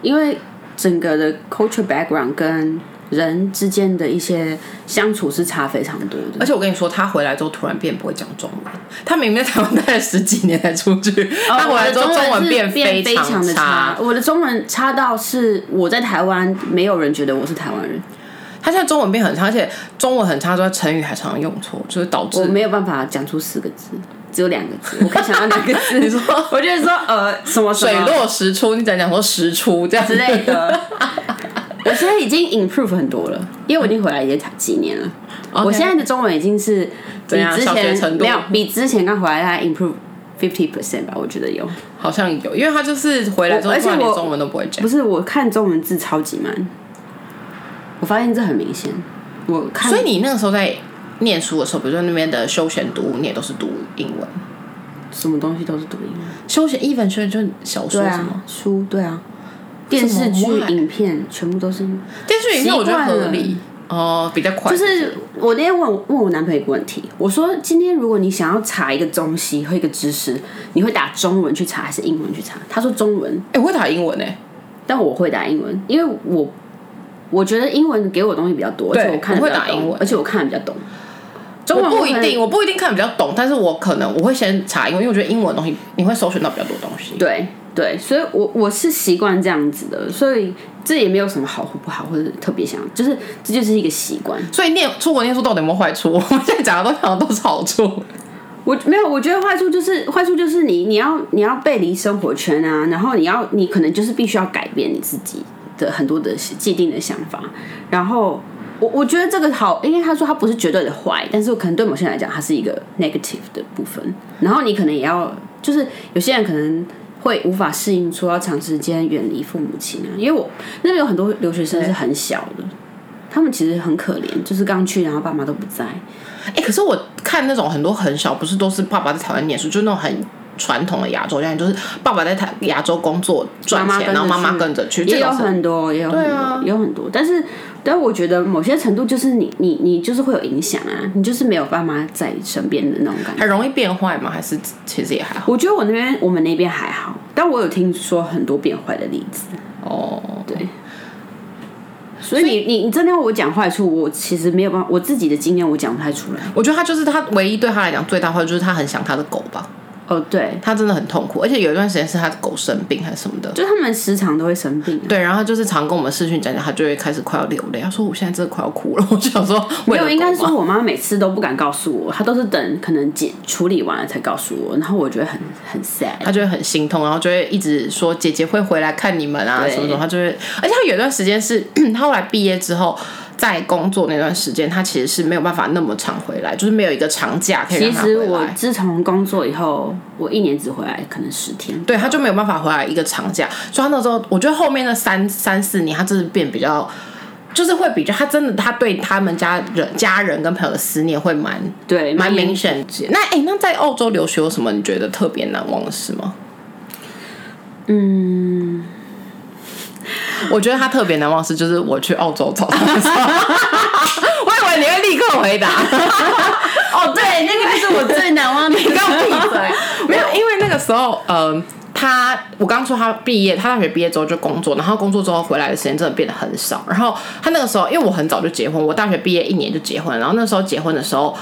B: 因为整个的 culture background 跟人之间的一些相处是差非常多的
A: 而。且我跟你说，他回来之后突然变不会讲中文。他明明在台湾待了十几年才出
B: (laughs)
A: 去，他回来之后中文
B: 变
A: 非
B: 非常的
A: 差。，
B: 哦我的中文差到是我在台湾没有人觉得我是台湾人。
A: 他现在中文变很差，而且中文很差之外，成语还常常用错，就是导
B: 我
A: 致
B: 没有办法讲出四个字，只有两个字，我可以想到两个
A: (laughs)
B: 字。你说， (laughs) 我就是说呃什么什
A: 水
B: 么
A: 落石
B: (laughs)
A: 出。你讲讲说石出这样
B: 之类的。 (laughs) 我现在已经 improve 很多了，因为我已经回来也几年了。我现在的中文已经是比
A: 样
B: 之
A: 小学
B: 前
A: 程度
B: 没有比之前刚回来还 improve fifty percent 吧，我觉得有。
A: 好像有，因为他就是回来之后，
B: 我而且
A: 突然连
B: 我
A: 中文都不会讲
B: 不。是，我看中文字超级慢，我发现这很明显。我看
A: 所以你那个时候在念书的时候，比如说那边的休闲读物，你也都是读英文。
B: 什么东西都是读英文，
A: 休闲一本休闲就是小说
B: 对
A: 什么，
B: 啊，书对啊，电视剧
A: 什么、
B: 影片全部都是英文。
A: 电视影片我觉得合理
B: 习
A: 哦，比较快。
B: 就是我那天问问我男朋友一个问题，我说今天如果你想要查一个东西和一个知识，你会打中文去查还是英文去查？他说中文，
A: 哎、我会打英文哎、
B: 但我会打英文，因为我我觉得英文给我的东西比较多，而且
A: 对
B: 我看的
A: 我会
B: 比较
A: 打英
B: 懂
A: 文
B: 而且我看的比较懂。中
A: 我
B: 文
A: 不一
B: 会
A: 定，我不一定看比较懂，但是我可能我会先查英文，因为我觉得英文的东西你会搜寻到比较多东西。
B: 对对，所以我我是习惯这样子的，所以这也没有什么好或不好，或者特别想，就是这就是一个习惯。
A: 所以念出国念书到底有没有坏
B: (laughs)
A: 处？我们现在讲的都讲的都是好处。
B: 我没有，我觉得坏处就是坏处就是你你要你要背离生活圈啊，然后你要你可能就是必须要改变你自己的很多的既定的想法，然后我我觉得这个好，因为他说他不是绝对的坏，但是可能对某些人来讲，它是一个 negative 的部分，然后你可能也要就是有些人可能。会无法适应，说要长时间远离父母亲啊，因为我那边有很多留学生是很小的，他们其实很可怜，就是刚去，然后爸妈都不在，
A: 哎、可是我看那种很多很小，不是都是爸爸在台湾念书，就是那种很传统的亚洲家庭，就是爸爸在台亚洲工作赚
B: 妈妈
A: 钱，
B: 跟
A: 然后
B: 着
A: 妈妈
B: 去
A: 跟着去，这
B: 也有
A: 种是
B: 很多，也有很
A: 对
B: 多，
A: 啊
B: 也有很多。但是，但我觉得某些程度就是你你你就是会有影响啊，你就是没有爸妈在身边的那种感觉。
A: 很容易变坏吗？还是其实也还好？
B: 我觉得我那边我们那边还好，但我有听说很多变坏的例子。
A: 哦，对，
B: 所以你你你真的要我讲坏处，我其实没有办法，我自己的经验我讲不太出来。
A: 我觉得他就是他唯一对他来讲最大坏处就是他很想他的狗吧。
B: 哦，对，
A: 他真的很痛苦，而且有一段时间是他的狗生病还是什么的。
B: 就他们时常都会生病、啊。
A: 对，然后他就是常跟我们视讯讲讲，他就会开始快要流泪。他说：“我现在真的快要哭了。” (laughs) 我就想说，
B: 没
A: 为了
B: 有，
A: 狗
B: 应该
A: 吗
B: 说我妈每次都不敢告诉我，她都是等可能解处理完了才告诉我，然后我觉得很很 sad。
A: 啊他就会很心痛，然后就会一直说姐姐会回来看你们啊
B: 对
A: 什么什么，他就会，而且他有一段时间是 (clears throat) 他后来毕业之后。在工作那段时间，他其实是没有办法那么常回来，就是没有一个长假可以
B: 其
A: 让他
B: 实
A: 回
B: 我
A: 来。
B: 自从工作以后，我一年只回来可能十天。
A: 对，他就没有办法回来一个长假，所以他那时候，我觉得后面的三三四年，他真的变比较，就是会比较，他真的他对他们家人、家人跟朋友的思念会蛮
B: 对，
A: 蛮
B: 严
A: 明显的。那哎、那在澳洲留学有什么你觉得特别难忘的事吗？嗯，我觉得他特别难忘的事就是我去澳洲找他的时候， (laughs) 我以为你会立刻回答，
B: 哦，对，那个就是我最
A: (laughs)
B: 难忘的。你
A: 你给我闭嘴！没有，因为那个时候，嗯、他我刚说他毕业，他大学毕业之后就工作，然后工作之后回来的时间真的变得很少。然后他那个时候，因为我很早就结婚，我大学毕业一年就结婚，然后那时候结婚的时候。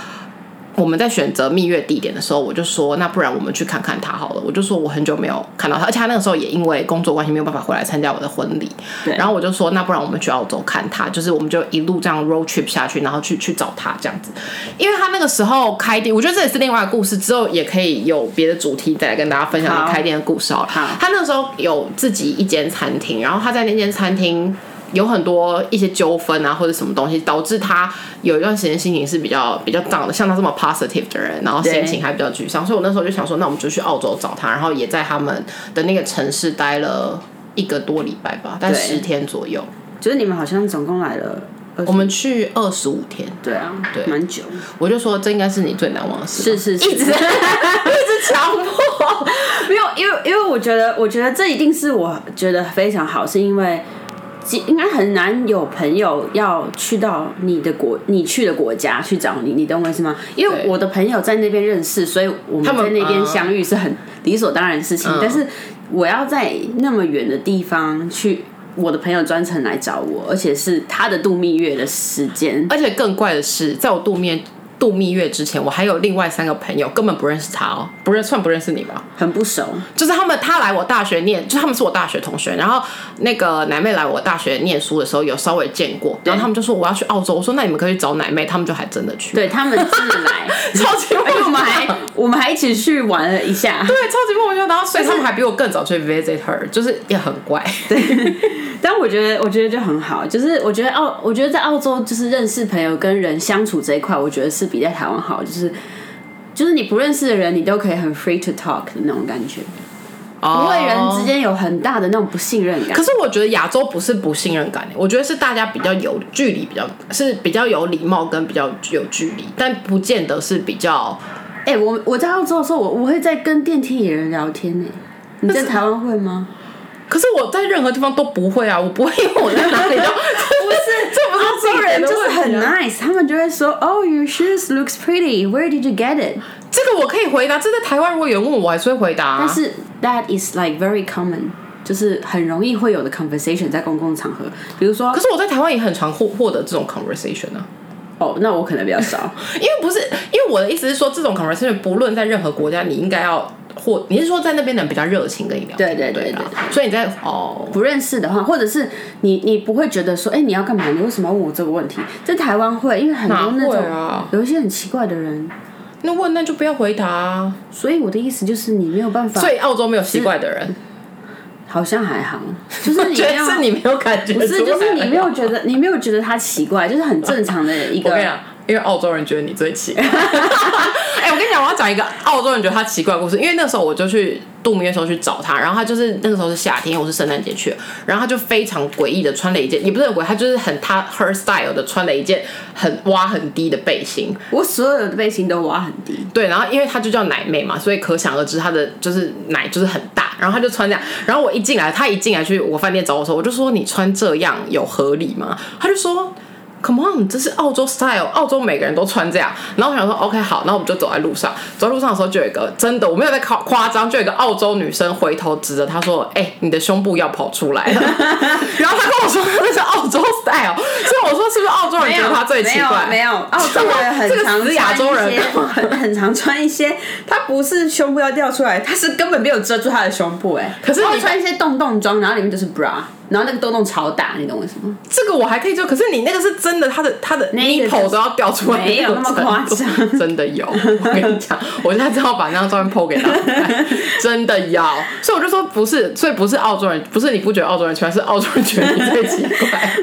A: 我们在选择蜜月地点的时候，我就说，那不然我们去看看他好了。我就说我很久没有看到他，而且他那个时候也因为工作关系没有办法回来参加我的婚礼。
B: 对
A: 然后我就说，那不然我们去澳洲看他，就是我们就一路这样 road trip 下去，然后去去找他这样子。因为他那个时候开店，我觉得这也是另外一个故事，之后也可以有别的主题再来跟大家分享
B: 好
A: 他开店的故事好了。
B: 好
A: 他那时候有自己一间餐厅，然后他在那间餐厅。有很多一些纠纷啊，或者什么东西，导致他有一段时间心情是比较比较 down 的，像他这么 positive 的人，然后心情还比较沮丧，所以我那时候就想说，那我们就去澳洲找他，然后也在他们的那个城市待了一个多礼拜吧，但
B: 对
A: 十天左右，
B: (laughs) 就是你们好像总共来了二十，
A: 我们去二十五天，
B: 对啊，
A: 对
B: 蛮久。
A: 我就说这应该是你最难忘的事吧，
B: 是是是
A: 一直 (laughs) 一直强迫，
B: 没有，因为因为我觉得，我觉得这一定是我觉得非常好，是因为其应该很难有朋友要去到你的国，你去的国家去找你，你懂我意思吗？因为
A: 对
B: 我的朋友在那边认识，所以我们
A: 他们
B: 在那边
A: 嗯
B: 相遇是很理所当然的事情。但是我要在那么远的地方去。我的朋友专程来找我，而且是他的度蜜月的时间，
A: 而且更怪的是，在我度蜜度蜜月之前，我还有另外三个朋友根本不认识他哦，不认算不认识你吧？
B: 很不熟。
A: 就是他们他来我大学念，就是他们是我大学同学，然后那个奶妹来我大学念书的时候有稍微见过，然后他们就说我要去澳洲，我说那你们可以去找奶妹，他们就还真的
B: (laughs)
A: 去，
B: 对他们自
A: (laughs)
B: 来，
A: 超级莫
B: 而且我
A: 名
B: 们
A: 其
B: 还
A: 妙。
B: 我们还一起去玩了一下。
A: (laughs) 对，超级莫名其妙，然后所以他们还比我更早去 visit her，就是也很怪。
B: 但我觉得，我觉得就很好，就是我觉得澳，我觉得在澳洲就是认识朋友跟人相处这一块，我觉得是比在台湾好，就是就是你不认识的人，你都可以很 free to talk 的那种感觉，
A: 不
B: 不
A: 哦
B: 会人之间有很大的那种不信任感
A: 可。是我觉得亚洲不是不信任感，欸我觉得是大家比较有距离，比较是比较有礼貌跟比较有距离，但不见得是比较。
B: 哎、我我在澳洲的时候，我我会在跟电梯里的人聊天呢、你在台湾会吗？
A: 可是我在任何地方都不会啊，我不会，因为我在哪里
B: (laughs)
A: 都不是，这不是
B: 澳洲
A: 自己
B: 人
A: 的
B: 就是
A: 问题
B: 很
A: 啊
B: nice，他们就会说，Oh, your shoes looks pretty. Where did you get it?
A: 这个我可以回答，这在台湾如果有人问我，我还是会回答啊、
B: 但是 that is like very common，就是很容易会有的 conversation 在公共场合，比如说
A: 可，是我在台湾也很常获获得这种 conversation 啊。
B: 哦，那我可能比较少，
A: 因
B: (laughs)
A: 为不是，因为我的意思是说，这种 conversation 不论在任何国家，你应该要或你是说在那边的人比较热情跟你聊天，
B: 对对对
A: 对啦所以你在哦，
B: 不认识的话，或者是你你不会觉得说，哎、你要干嘛？你为什么要问我这个问题？在台湾会，因为很多那
A: 哪会
B: 种、
A: 啊
B: 有一些很奇怪的人，
A: 那问那就不要回答、啊。
B: 所以我的意思就是你没有办法
A: 所，以澳洲没有奇怪的人，
B: 好像还好，就是你
A: 觉
B: 没
A: 得 (laughs)
B: 有，
A: 是你没有感觉出
B: (laughs) 不
A: 来，啊
B: 是就是你没有觉得你没有觉得他奇怪，就是很正常的
A: (laughs)
B: 一
A: 我
B: 个
A: 跟你讲，因为澳洲人觉得你最奇
B: (laughs)
A: 怪。哎、我跟你讲，我要讲一个澳洲人觉得他奇怪的故事。因为那时候我就去度蜜月的时候去找他，然后他就是那个时候是夏天，因为我是圣诞节去的，然后他就非常诡异的穿了一件，也不是很诡异，他就是很他 her style 的穿了一件很挖很低的背心，
B: 我所有的背心都挖很低，
A: 对，然后因为她就叫奶妹嘛，所以可想而知她的就是奶就是很大，然后她就穿这样。然后我一进来，她一进来去我饭店找我的时候，我就说你穿这样有合理吗？她就说。 ，Come on，这是澳洲 style，澳洲每个人都穿这样。然后我想说，OK，好，那我们就走在路上，走在路上的时候就有一个真的，我没有在夸夸张，就有一个澳洲女生回头指着她说：“哎、你的胸部要跑出来了。” (laughs) 然后她跟我说那是澳洲 style，所以我说是不是澳洲人觉得她最奇怪？
B: 没有，没有澳洲人很
A: 这个
B: 常
A: 死亚洲人
B: 穿一
A: (laughs)
B: 些很很常穿一些，他不是胸部要掉出来，他是根本没有遮住他的胸部、哎，
A: 可是
B: 他会
A: 你
B: 穿一些洞洞装，然后里面就是 bra，然后那个洞洞超大，你懂我意思吗？ (laughs)
A: 这个我还可以做，可是你那个是真的，他的他的
B: 那个
A: nipple 都要掉出来，
B: 没有那么夸张，
A: 真的有。我跟你讲，我现在正要把那张照片 PO 给他们
B: (laughs)
A: 看，真的有。所以我就说不是，所以不是澳洲人，不是你不觉得澳洲人奇怪，是澳洲人觉得你最奇怪。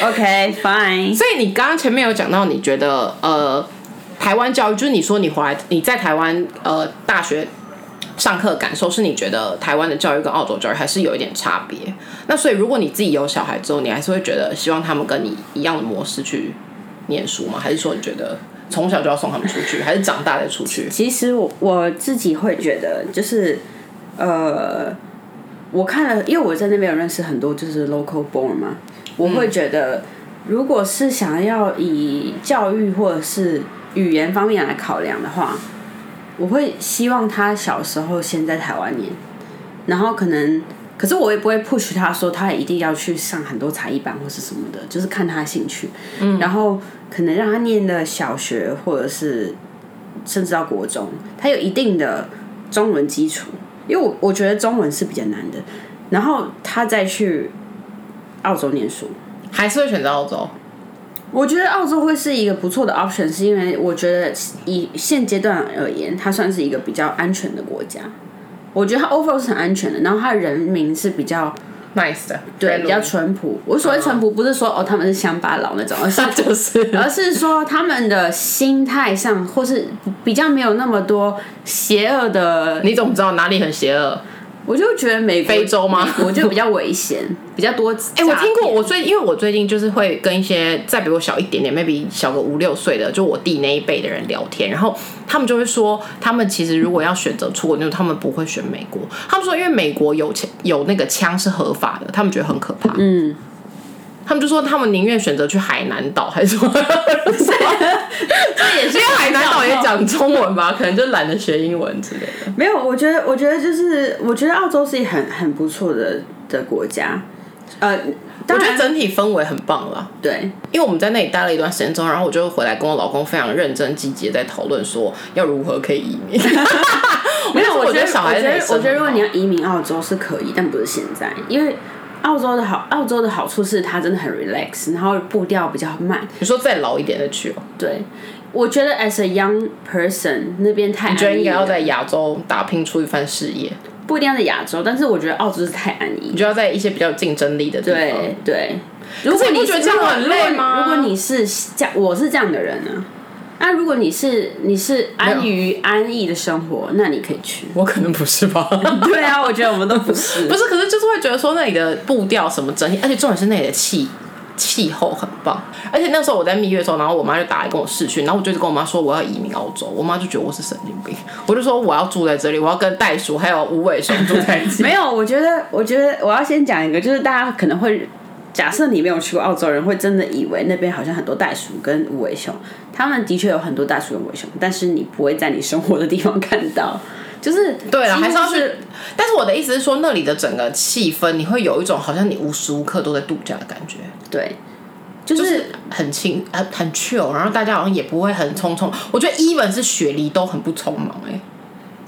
B: OK fine，
A: 所以你刚刚前面有讲到，你觉得呃，台湾教育就是你说你回来你在台湾呃大学上课的感受，是你觉得台湾的教育跟澳洲教育还是有一点差别。那所以如果你自己有小孩之后，你还是会觉得希望他们跟你一样的模式去念书吗？还是说你觉得从小就要送他们出去，还是长大再出去？
B: 其实我我自己会觉得就是呃，我看了，因为我在那边有认识很多就是 local born 嘛，我会觉得。如果是想要以教育或者是语言方面来考量的话，我会希望他小时候先在台湾念，然后可能，可是我也不会 push 他说他一定要去上很多才艺班或是什么的，就是看他兴趣。嗯，然后可能让他念的小学或者是甚至到国中，他有一定的中文基础，因为我我觉得中文是比较难的，然后他再去澳洲念书。
A: 还是会选择澳洲？
B: 我觉得澳洲会是一个不错的 option，是因为我觉得以现阶段而言，它算是一个比较安全的国家。我觉得它 overall 是很安全的，然后它人民是比较
A: nice 的，
B: 对比较淳朴。我所谓淳朴，不是说哦他们是乡巴佬那种，
A: (laughs)
B: 而是
A: 那就是
B: 而是说他们的心态上，或是比较没有那么多邪恶的
A: 你怎么知道哪里很邪恶？
B: 我就觉得美国
A: 非洲吗
B: 我就比较
A: (laughs)
B: 危险，比较多。哎
A: 哎、我听过，我最因为我最近就是会跟一些再比我小一点点，maybe 小个五六岁的，就我弟那一辈的人聊天，然后他们就会说，他们其实如果要选择出国，就是他们不会选美国，他们说因为美国有枪有那个枪是合法的，他们觉得很可怕，嗯， (laughs) 他们就说他们宁愿选择去海南岛还是什么， (laughs)
B: 这也
A: 因
B: 是
A: 为海南岛也讲中文吧，可能就懒得学英文之类
B: (laughs)
A: 的，
B: 没有，我觉得，我觉得就是，我觉得澳洲是一个很很不错的的国家，呃，
A: 我
B: 当
A: 觉得
B: 然
A: 整体氛围很棒啦。
B: 对，
A: 因为我们在那里待了一段时间之后，然后我就回来跟我老公非常认真积极的在讨论说要如何可以移民。
B: 没有，
A: 我
B: 我
A: 觉
B: 觉
A: 得
B: 得，
A: 小孩
B: 我
A: 子
B: 觉
A: 很
B: 得，我觉得如果
A: 生
B: 你
A: 活
B: 要移民澳洲是可以，但不是现在，因为澳洲的好，澳洲的好处是它真的很 relax，然后步调比较慢，
A: 你说再老一点的去、哦，
B: 对。我觉得 as a young person 那边太
A: 你觉得
B: 安
A: 应
B: 逸
A: 该要
B: 了，
A: 在亚洲打拼出一番事业，
B: 不一定要在亚洲，但是我觉得澳洲是太安逸
A: 你。就要在一些比较有竞争力的地方
B: 对。对，
A: 可
B: 如
A: 是
B: 果
A: 你不
B: 你
A: 觉得
B: 是
A: 这样很累吗。
B: 如果如果你是这样，我是这样的人呢、那如果你是你是安于安逸的生活，那你可以去
A: 我可能 (laughs) 不是吧？
B: 对啊，我觉得我们都 (laughs) 不是
A: 不。是，可是就是会觉得说那里的步调什么整体，而且重点是那里的气气候很棒。而且那时候我在蜜月的时候，然后我妈就打来跟我视讯，然后我就一直跟我妈说我要移民澳洲，我妈就觉得我是神经病，我就说我要住在这里，我要跟袋鼠还有无尾熊住在一起。
B: 没有，我觉得，我觉得我要先讲一个，就是大家可能会假设你没有去过澳洲人，会真的以为那边好像很多袋鼠跟无尾熊，他们的确有很多袋鼠跟无尾熊，但是你不会在你生活的地方看到， (laughs) 就是
A: 对了，
B: 几乎
A: 还是要
B: 就
A: 去。但是我的意思是说，那里的整个气氛，你会有一种好像你无时无刻都在度假的感觉，
B: 对，就
A: 就是是很轻、很很 chill，然后大家好像也不会很匆匆。我觉得 even 是雪梨都很不匆忙 (laughs) 哎、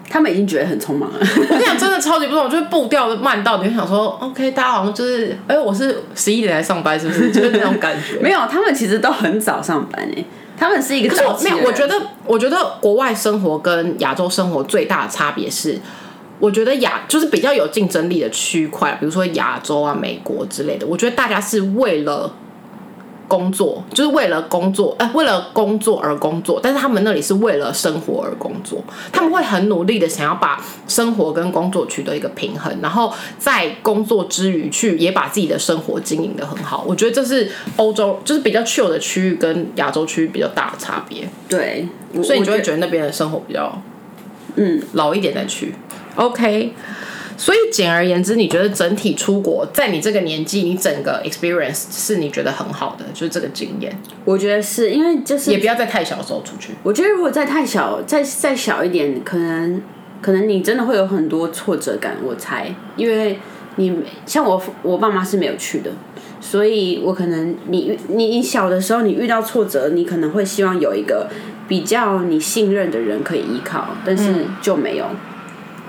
B: 他们已经觉得很匆忙了。
A: 我跟你讲，真的超级不懂，就是步调慢到你会想说，OK，大家哦好像就是，哎、我是十一点来上班，是不 (laughs) 是？就是那种感觉。
B: 没有，他们其实都很早上班诶，他们是一个
A: 可是
B: 早
A: 我
B: 起
A: 没
B: 的
A: 有
B: 人，
A: 我觉得，我觉得国外生活跟亚洲生活最大的差别是，我觉得亚就是比较有竞争力的区块，比如说亚洲啊、美国之类的，我觉得大家是为了。工作就是为了工作，哎、为了工作而工作，但是他们那里是为了生活而工作，他们会很努力的想要把生活跟工作取得一个平衡，然后在工作之余去也把自己的生活经营的很好。我觉得这是欧洲就是比较 chill 的区域跟亚洲区域比较大的差别。
B: 对，我
A: 所以你就
B: 我
A: 会
B: 觉
A: 觉得那边的生活比较，嗯，老一点再去。OK，所以简而言之，你觉得整体出国，在你这个年纪，你整个 experience 是你觉得很好的，就是这个经验，
B: 我觉得是因为就是
A: 也不要在太小的时候出去。
B: 我觉得如果再太小，再再小一点，可能可能你真的会有很多挫折感，我猜，因为你像我父我爸妈是没有去的，所以我可能你遇你你小的时候你遇到挫折，你可能会希望有一个比较你信任的人可以依靠，但是就没有。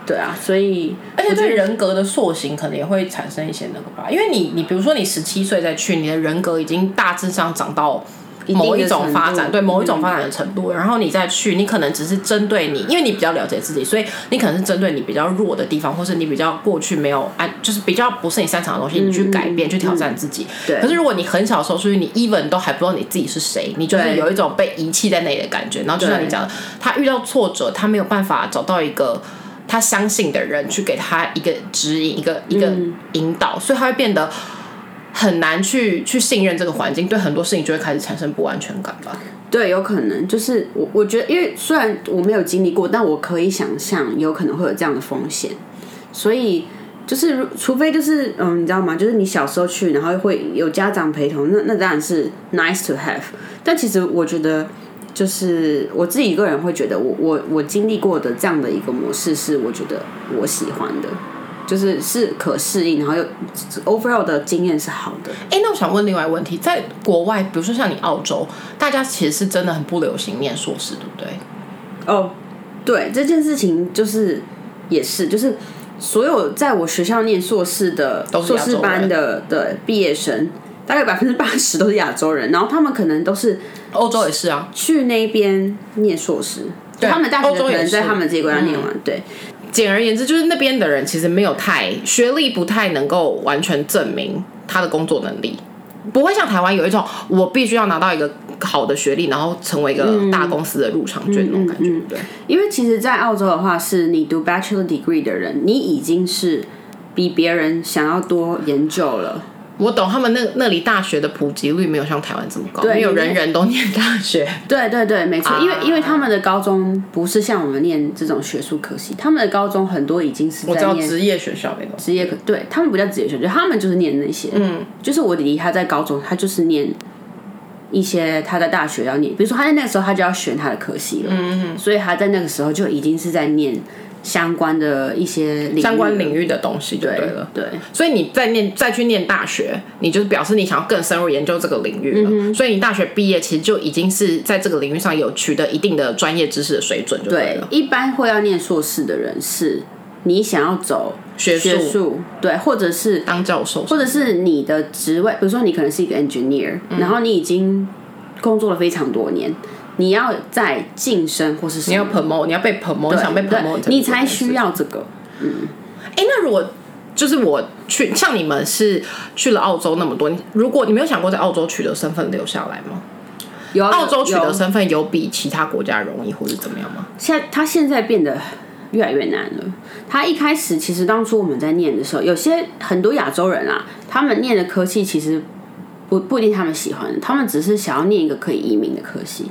B: 对啊，所以
A: 嗯而且
B: 我觉
A: 对
B: 得
A: 人格的塑形可能也会产生一些那个吧，因为你你比如说你十七岁再去，你的人格已经大致上长到
B: 定的
A: 某一种发
B: 程
A: 展，
B: 度嗯
A: 对某一种发展的程度，然后你再去，你可能只是针对你，因为你比较了解自己，所以你可能是针对你比较弱的地方，或是你比较过去没有按，就是比较不是你擅长的东西，你去改变、去挑战自己。
B: 嗯对
A: 可是如果你很小的时候出去，你 even 都还不知道你自己是谁，你就是
B: 对
A: 有一种被遗弃在那里的感觉。然后就像你讲的，他遇到挫折，他没有办法找到一个。他相信的人去给他一个指引，一个一个引导，所以他会变得很难去去信任这个环境，对很多事情就会开始产生不安全感吧。
B: 对，有可能就是我，我觉得，因为虽然我没有经历过，但我可以想象有可能会有这样的风险，所以就是如除非就是嗯，你知道吗？就是你小时候去，然后会有家长陪同，那那当然是 nice to have，但其实我觉得。就是我自己个人会觉得我，我我经历过的这样的一个模式是我觉得我喜欢的，就是是可适应，然后又 overall 的经验是好的。
A: 哎、那我想问另外一个问题，在国外，比如说像你澳洲，大家其实是真的很不流行念硕士，对不对？
B: 哦，对，这件事情就是也是就是所有在我学校念硕士的
A: 都是
B: 硕
A: 亚洲人
B: 士班的的毕业生，大概百分之八十都是亚洲人，然后他们可能都是
A: 欧洲也是啊，
B: 去那边念硕士，就他们大
A: 欧
B: 学
A: 洲
B: 可
A: 也
B: 能
A: 是嗯
B: 在他们自己国家念完，对
A: 简而言之，就是那边的人其实没有太学历，不太能够完全证明他的工作能力，不会像台湾有一种我必须要拿到一个好的学历，然后成为一
B: 嗯
A: 个大公司的入场券那种感觉，对不对。
B: 因为其实，在澳洲的话，是你读 bachelor degree 的人，你已经是比别人想要多研究了。
A: 我懂他们那那里大学的普及率没有像台湾这么高，
B: 对
A: 没有人
B: 因为
A: 人都念大学。
B: 对对对，没错，因为
A: 啊
B: 因为他们的高中不是像我们念这种学术科系，他们的高中很多已经是
A: 我知
B: 在
A: 道
B: 念
A: 职业学校那种，
B: 职业科，对他们不叫职业学校，他们就是念那些。嗯，就是我弟弟他在高中，他就是念一些他在大学要念，比如说他在那个时候他就要选他的科系了，嗯，所以他在那个时候就已经是在念相关的一些领域
A: 相关领域的东西就对
B: 对
A: 了。
B: 对。
A: 所以你再念再去念大学，你就是表示你想要更深入研究这个领
B: 嗯
A: 域了。所以你大学毕业其实就已经是在这个领域上有取得一定的专业知识的水准就对
B: 对
A: 了。，
B: 一般会要念硕士的人是，你想要走
A: 学术
B: 学术，对，或者是
A: 当教授，
B: 或者是你的职位，比如说你可能是一个 engineer，、然
A: 嗯
B: 后你已经工作了非常多年，你要再晋升或是什
A: 你要
B: 么，
A: promote，你要被 promote，你
B: 对
A: 想被 promote，
B: 对你才需要这个。
A: 哎、那如果就是我去，像你们是去了澳洲那么多，你如果你没有想过在澳洲取得身份留下来吗？
B: 有啊
A: 澳洲取
B: 有
A: 得身份有比其他国家容易，或是怎么样吗？
B: 现在他现在变得越来越难了。他一开始其实当初我们在念的时候，有些很多亚洲人啊，他们念的科系其实不不一定他们喜欢的，他们只是想要念一个可以移民的科系。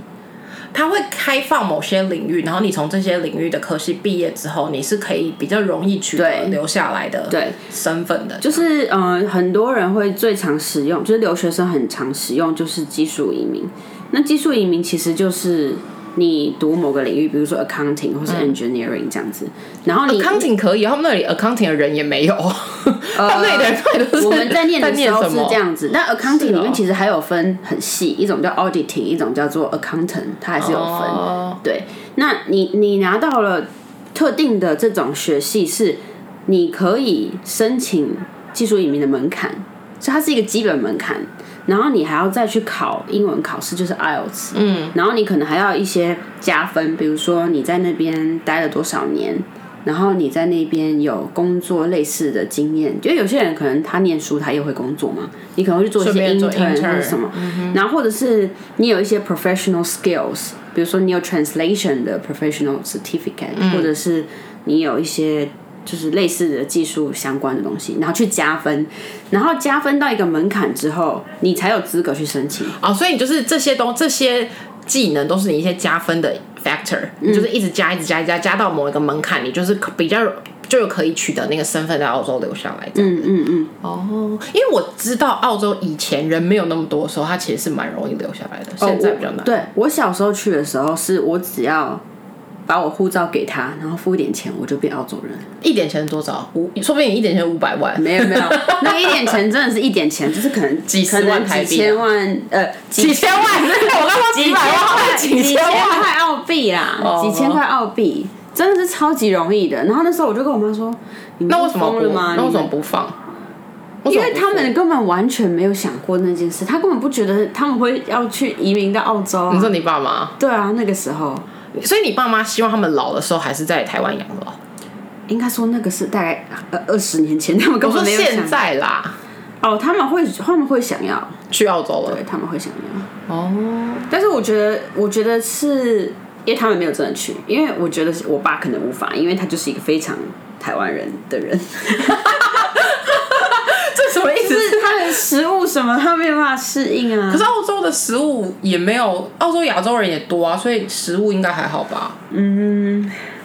A: 它会开放某些领域，然后你从这些领域的科系毕业之后，你是可以比较容易取得
B: 对
A: 留下来的
B: 对
A: 身份的。
B: 就是嗯、呃很多人会最常使用，就是留学生很常使用，就是技术移民。那技术移民其实就是你读某个领域，比如说 accounting 或是 engineering 这样子，然后你
A: 嗯 accounting 可以，他们那里 accounting 的人也没有， (laughs) 他们那里的人到底都是
B: 我们在念的时候
A: 在
B: 是
A: 念什
B: 这
A: 么
B: 样子，但 accounting
A: 是哦
B: 里面其实还有分很细，一种叫 auditing，一种叫做 accountant，它还是有分。
A: 哦
B: 对，那你你拿到了特定的这种学系，是你可以申请技术移民的门槛，所以它是一个基本门槛。然后你还要再去考英文考试，就是 IELTS，嗯，然后你可能还要一些加分，比如说你在那边待了多少年，然后你在那边有工作类似的经验，就有些人可能他念书他也会工作嘛，你可能会去做一
A: 顺
B: 些
A: 便做
B: intern 或
A: intern，嗯
B: 者什么，然后或者是你有一些 professional skills，比如说你有 translation 的 professional certificate，、或
A: 嗯
B: 者是你有一些就是类似的技术相关的东西，然后去加分，然后加分到一个门槛之后，你才有资格去申请。
A: 啊、所以你就是这些东这些技能都是嗯你一些加分的 factor，、你就是一直加，一直加，一直加，加到某一个门槛，你就是比较就有可以取得那个身份在澳洲留下来这样。嗯嗯嗯。哦，因为我知道澳洲以前人没有那么多的时候，它其实是蛮容易留下来的，现在比较难。
B: 对哦我小时候去的时候，是我只要把我护照给他，然后付一点钱，我就变澳洲人。
A: 一点钱多少？五，说不定一点钱五百万。
B: 没有
A: (laughs)
B: 没有， (laughs) 那个一点钱真的是一点钱，就是可能
A: 几十万
B: 可能
A: 台
B: 几
A: 币啊
B: 千万呃
A: 几千万，我刚说
B: 几
A: 几
B: 千
A: 百万，
B: 块
A: 几
B: 几
A: 千
B: 千
A: 万，
B: 块澳币啦
A: 哦，
B: 几千块澳币。真的是超级容易的，然后那时候我就跟我妈说：“你
A: 那
B: 们
A: 为什
B: 是
A: 么
B: 疯了
A: 不？
B: 吗？
A: 那为
B: 你
A: 什
B: 们
A: 么不放？
B: 因
A: 什
B: 为
A: 么不
B: 他们根本完全没有想过那件事，他根本不觉得他们会要去移民到澳洲、
A: 你
B: 啊。
A: 说你爸妈，
B: 对啊，那个时候
A: 所以你爸妈希望他们老的时候还是在台湾养老。
B: 应该说那个是大概呃二十年前，他们根
A: 我
B: 本
A: 说
B: 没有
A: 现
B: 想
A: 在啦，
B: 哦，他们会他们会想要，
A: 去澳洲了
B: 对，。他们会想要。
A: 哦，
B: 但是我觉得，我觉得是因为他们没有真的去，因为我觉得是我爸可能无法，因为他就是一个非常台湾人的 (laughs) 人，
A: 这什么意
B: 就
A: 思？
B: 哎是他的食物什么他没有办法适应啊。
A: 可是澳洲的食物也没有，澳洲亚洲人也多啊，所以食物应该还好吧？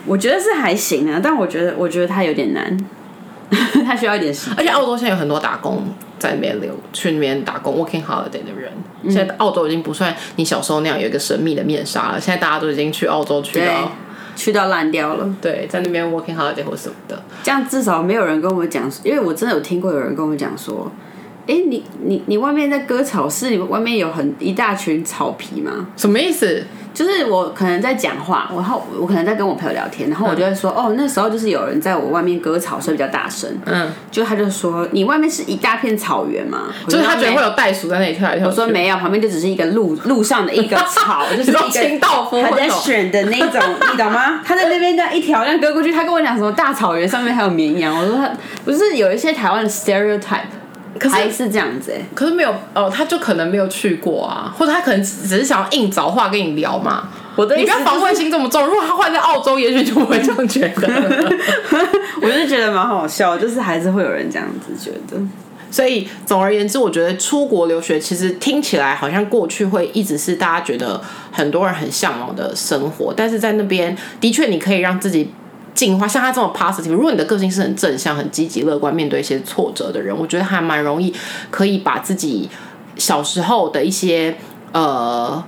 B: 我觉得是还行啊，但我觉得我觉得他有点难， (laughs) 他需要一点时间。
A: 而且澳洲现在有很多打工在那边留，去那边打工 working holiday 的人。现在澳洲已经不算你小时候那样有一个神秘的面纱了，现在大家都已经去澳洲去
B: 对
A: 了，，
B: 去到烂掉了。
A: 对，在那边 working holiday 或什么的。
B: 这样至少没有人跟我讲，因为我真的有听过有人跟我讲说，哎、你你你外面在割草是你外面有很一大群草皮吗？
A: 什么意思？
B: 就是我可能在讲话，然后我可能在跟我朋友聊天，然后我就会说，哦，那时候就是有人在我外面割草，所以比较大声。
A: 嗯，
B: 就他就说，你外面是一大片草原吗？
A: 就是他觉得会
B: 有。
A: 有袋鼠在那里跳来跳去。
B: 我说没有，旁边就只是一个路路上的一个
A: (laughs)
B: 草，就是一
A: 你
B: 个
A: 说清道夫会有
B: 他在选的那种，你懂吗？他在那边这样一条这样割过去，他跟我讲什么大草原上面还有绵羊，我说他不是有一些台湾的 stereotype，
A: 可是
B: 还是这样子哎、
A: 可是没有哦，他就可能没有去过啊，或者他可能只只是想要硬找话跟你聊嘛。
B: 我的
A: 你
B: 意
A: 不
B: 思
A: 要防卫心这么重，如果他换在澳洲，也许就不会这样觉得。
B: 我就觉得蛮好笑，就是还是会有人这样子觉得。
A: 所以总而言之，我觉得出国留学其实听起来好像过去会一直是大家觉得很多人很向往的生活，但是在那边的确你可以让自己。进化像他这么 positive，如果你的个性是很正向、很积极、乐观，面对一些挫折的人，我觉得还蛮容易可以把自己小时候的一些呃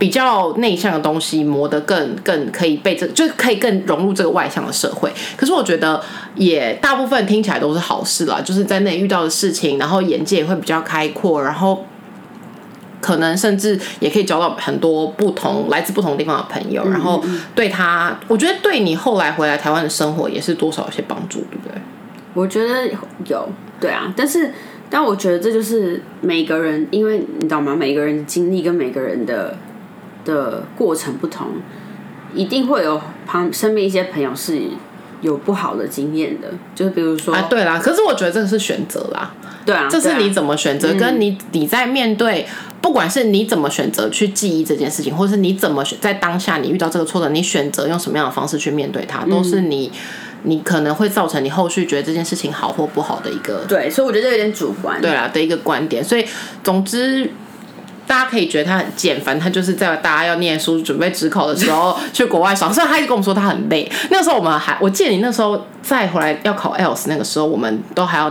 A: 比较内向的东西磨得更更可以被这，就是可以更融入这个外向的社会。可是我觉得也大部分听起来都是好事啦，就是在那里遇到的事情，然后眼界也会比较开阔，然后可能甚至也可以交到很多不同来自不同地方的朋友，然后对他，我觉得对你后来回来台湾的生活也是多少有些帮助，对不对？
B: 我觉得有，对啊，但是但我觉得这就是每个人，因为你懂吗？每个人的经历跟每个人的的过程不同，一定会有旁身边一些朋友是有不好的经验的，就是比如说，
A: 啊，对啦，可是我觉得这个是选择啦，
B: 对啊，嗯
A: 这是你
B: 么
A: 怎么选择，跟你你在面对，不管是你怎么选择去记忆这件事情，或是你怎么选在当下你遇到这个挫折，你选择用什么样的方式去面对
B: 嗯
A: 它，都是你你可能会造成你后续觉得这件事情好或不好的一个
B: 对，所以我觉得有点主观，
A: 对啦啊的一个观点。所以总之。大家可以觉得他很贱，反正他就是在大家要念书、准备职考的时候去国外爽。虽然他一直跟我们说他很累，那时候我们还，我记得你那时候再回来要考 IELTS 那个时候，我们都还要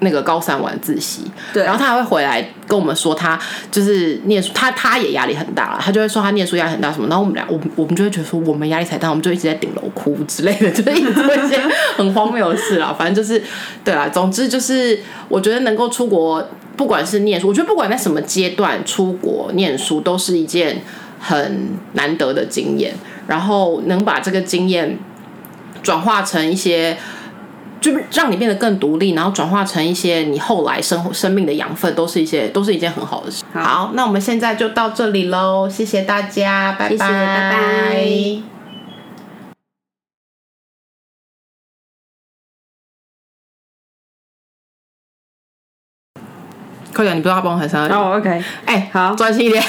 A: 那个高三晚自习，
B: 对，
A: 然后他还会回来跟我们说，他就是念书，他他也压力很大了，他就会说他念书压力很大什么。然后我们俩，我们我们就会觉得说我们压力才大，我们就一直在顶楼哭之类的，就是一直做一些很荒谬的事啦。反正就是对啦，总之就是我觉得能够出国，不管是念书，我觉得不管在什么阶段出国念书，都是一件很难得的经验。然后能把这个经验转化成一些。就是让你变得更独立，然后转化成一些你后来生活生命的养分，都是一些都是一件很好的事。
B: 好
A: 那我们现在就到这里喽，谢谢大家，拜拜，
B: 谢谢拜拜
A: 快点，你不知道他帮我喊三二一，
B: 哦，OK，
A: 哎、
B: 好
A: 专心一 (laughs) 点。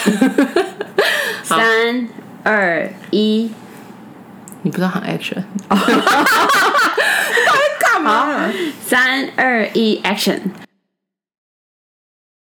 A: 好
B: 三二一，
A: 你不知道喊 action，到底干嘛？
B: 三二一，action。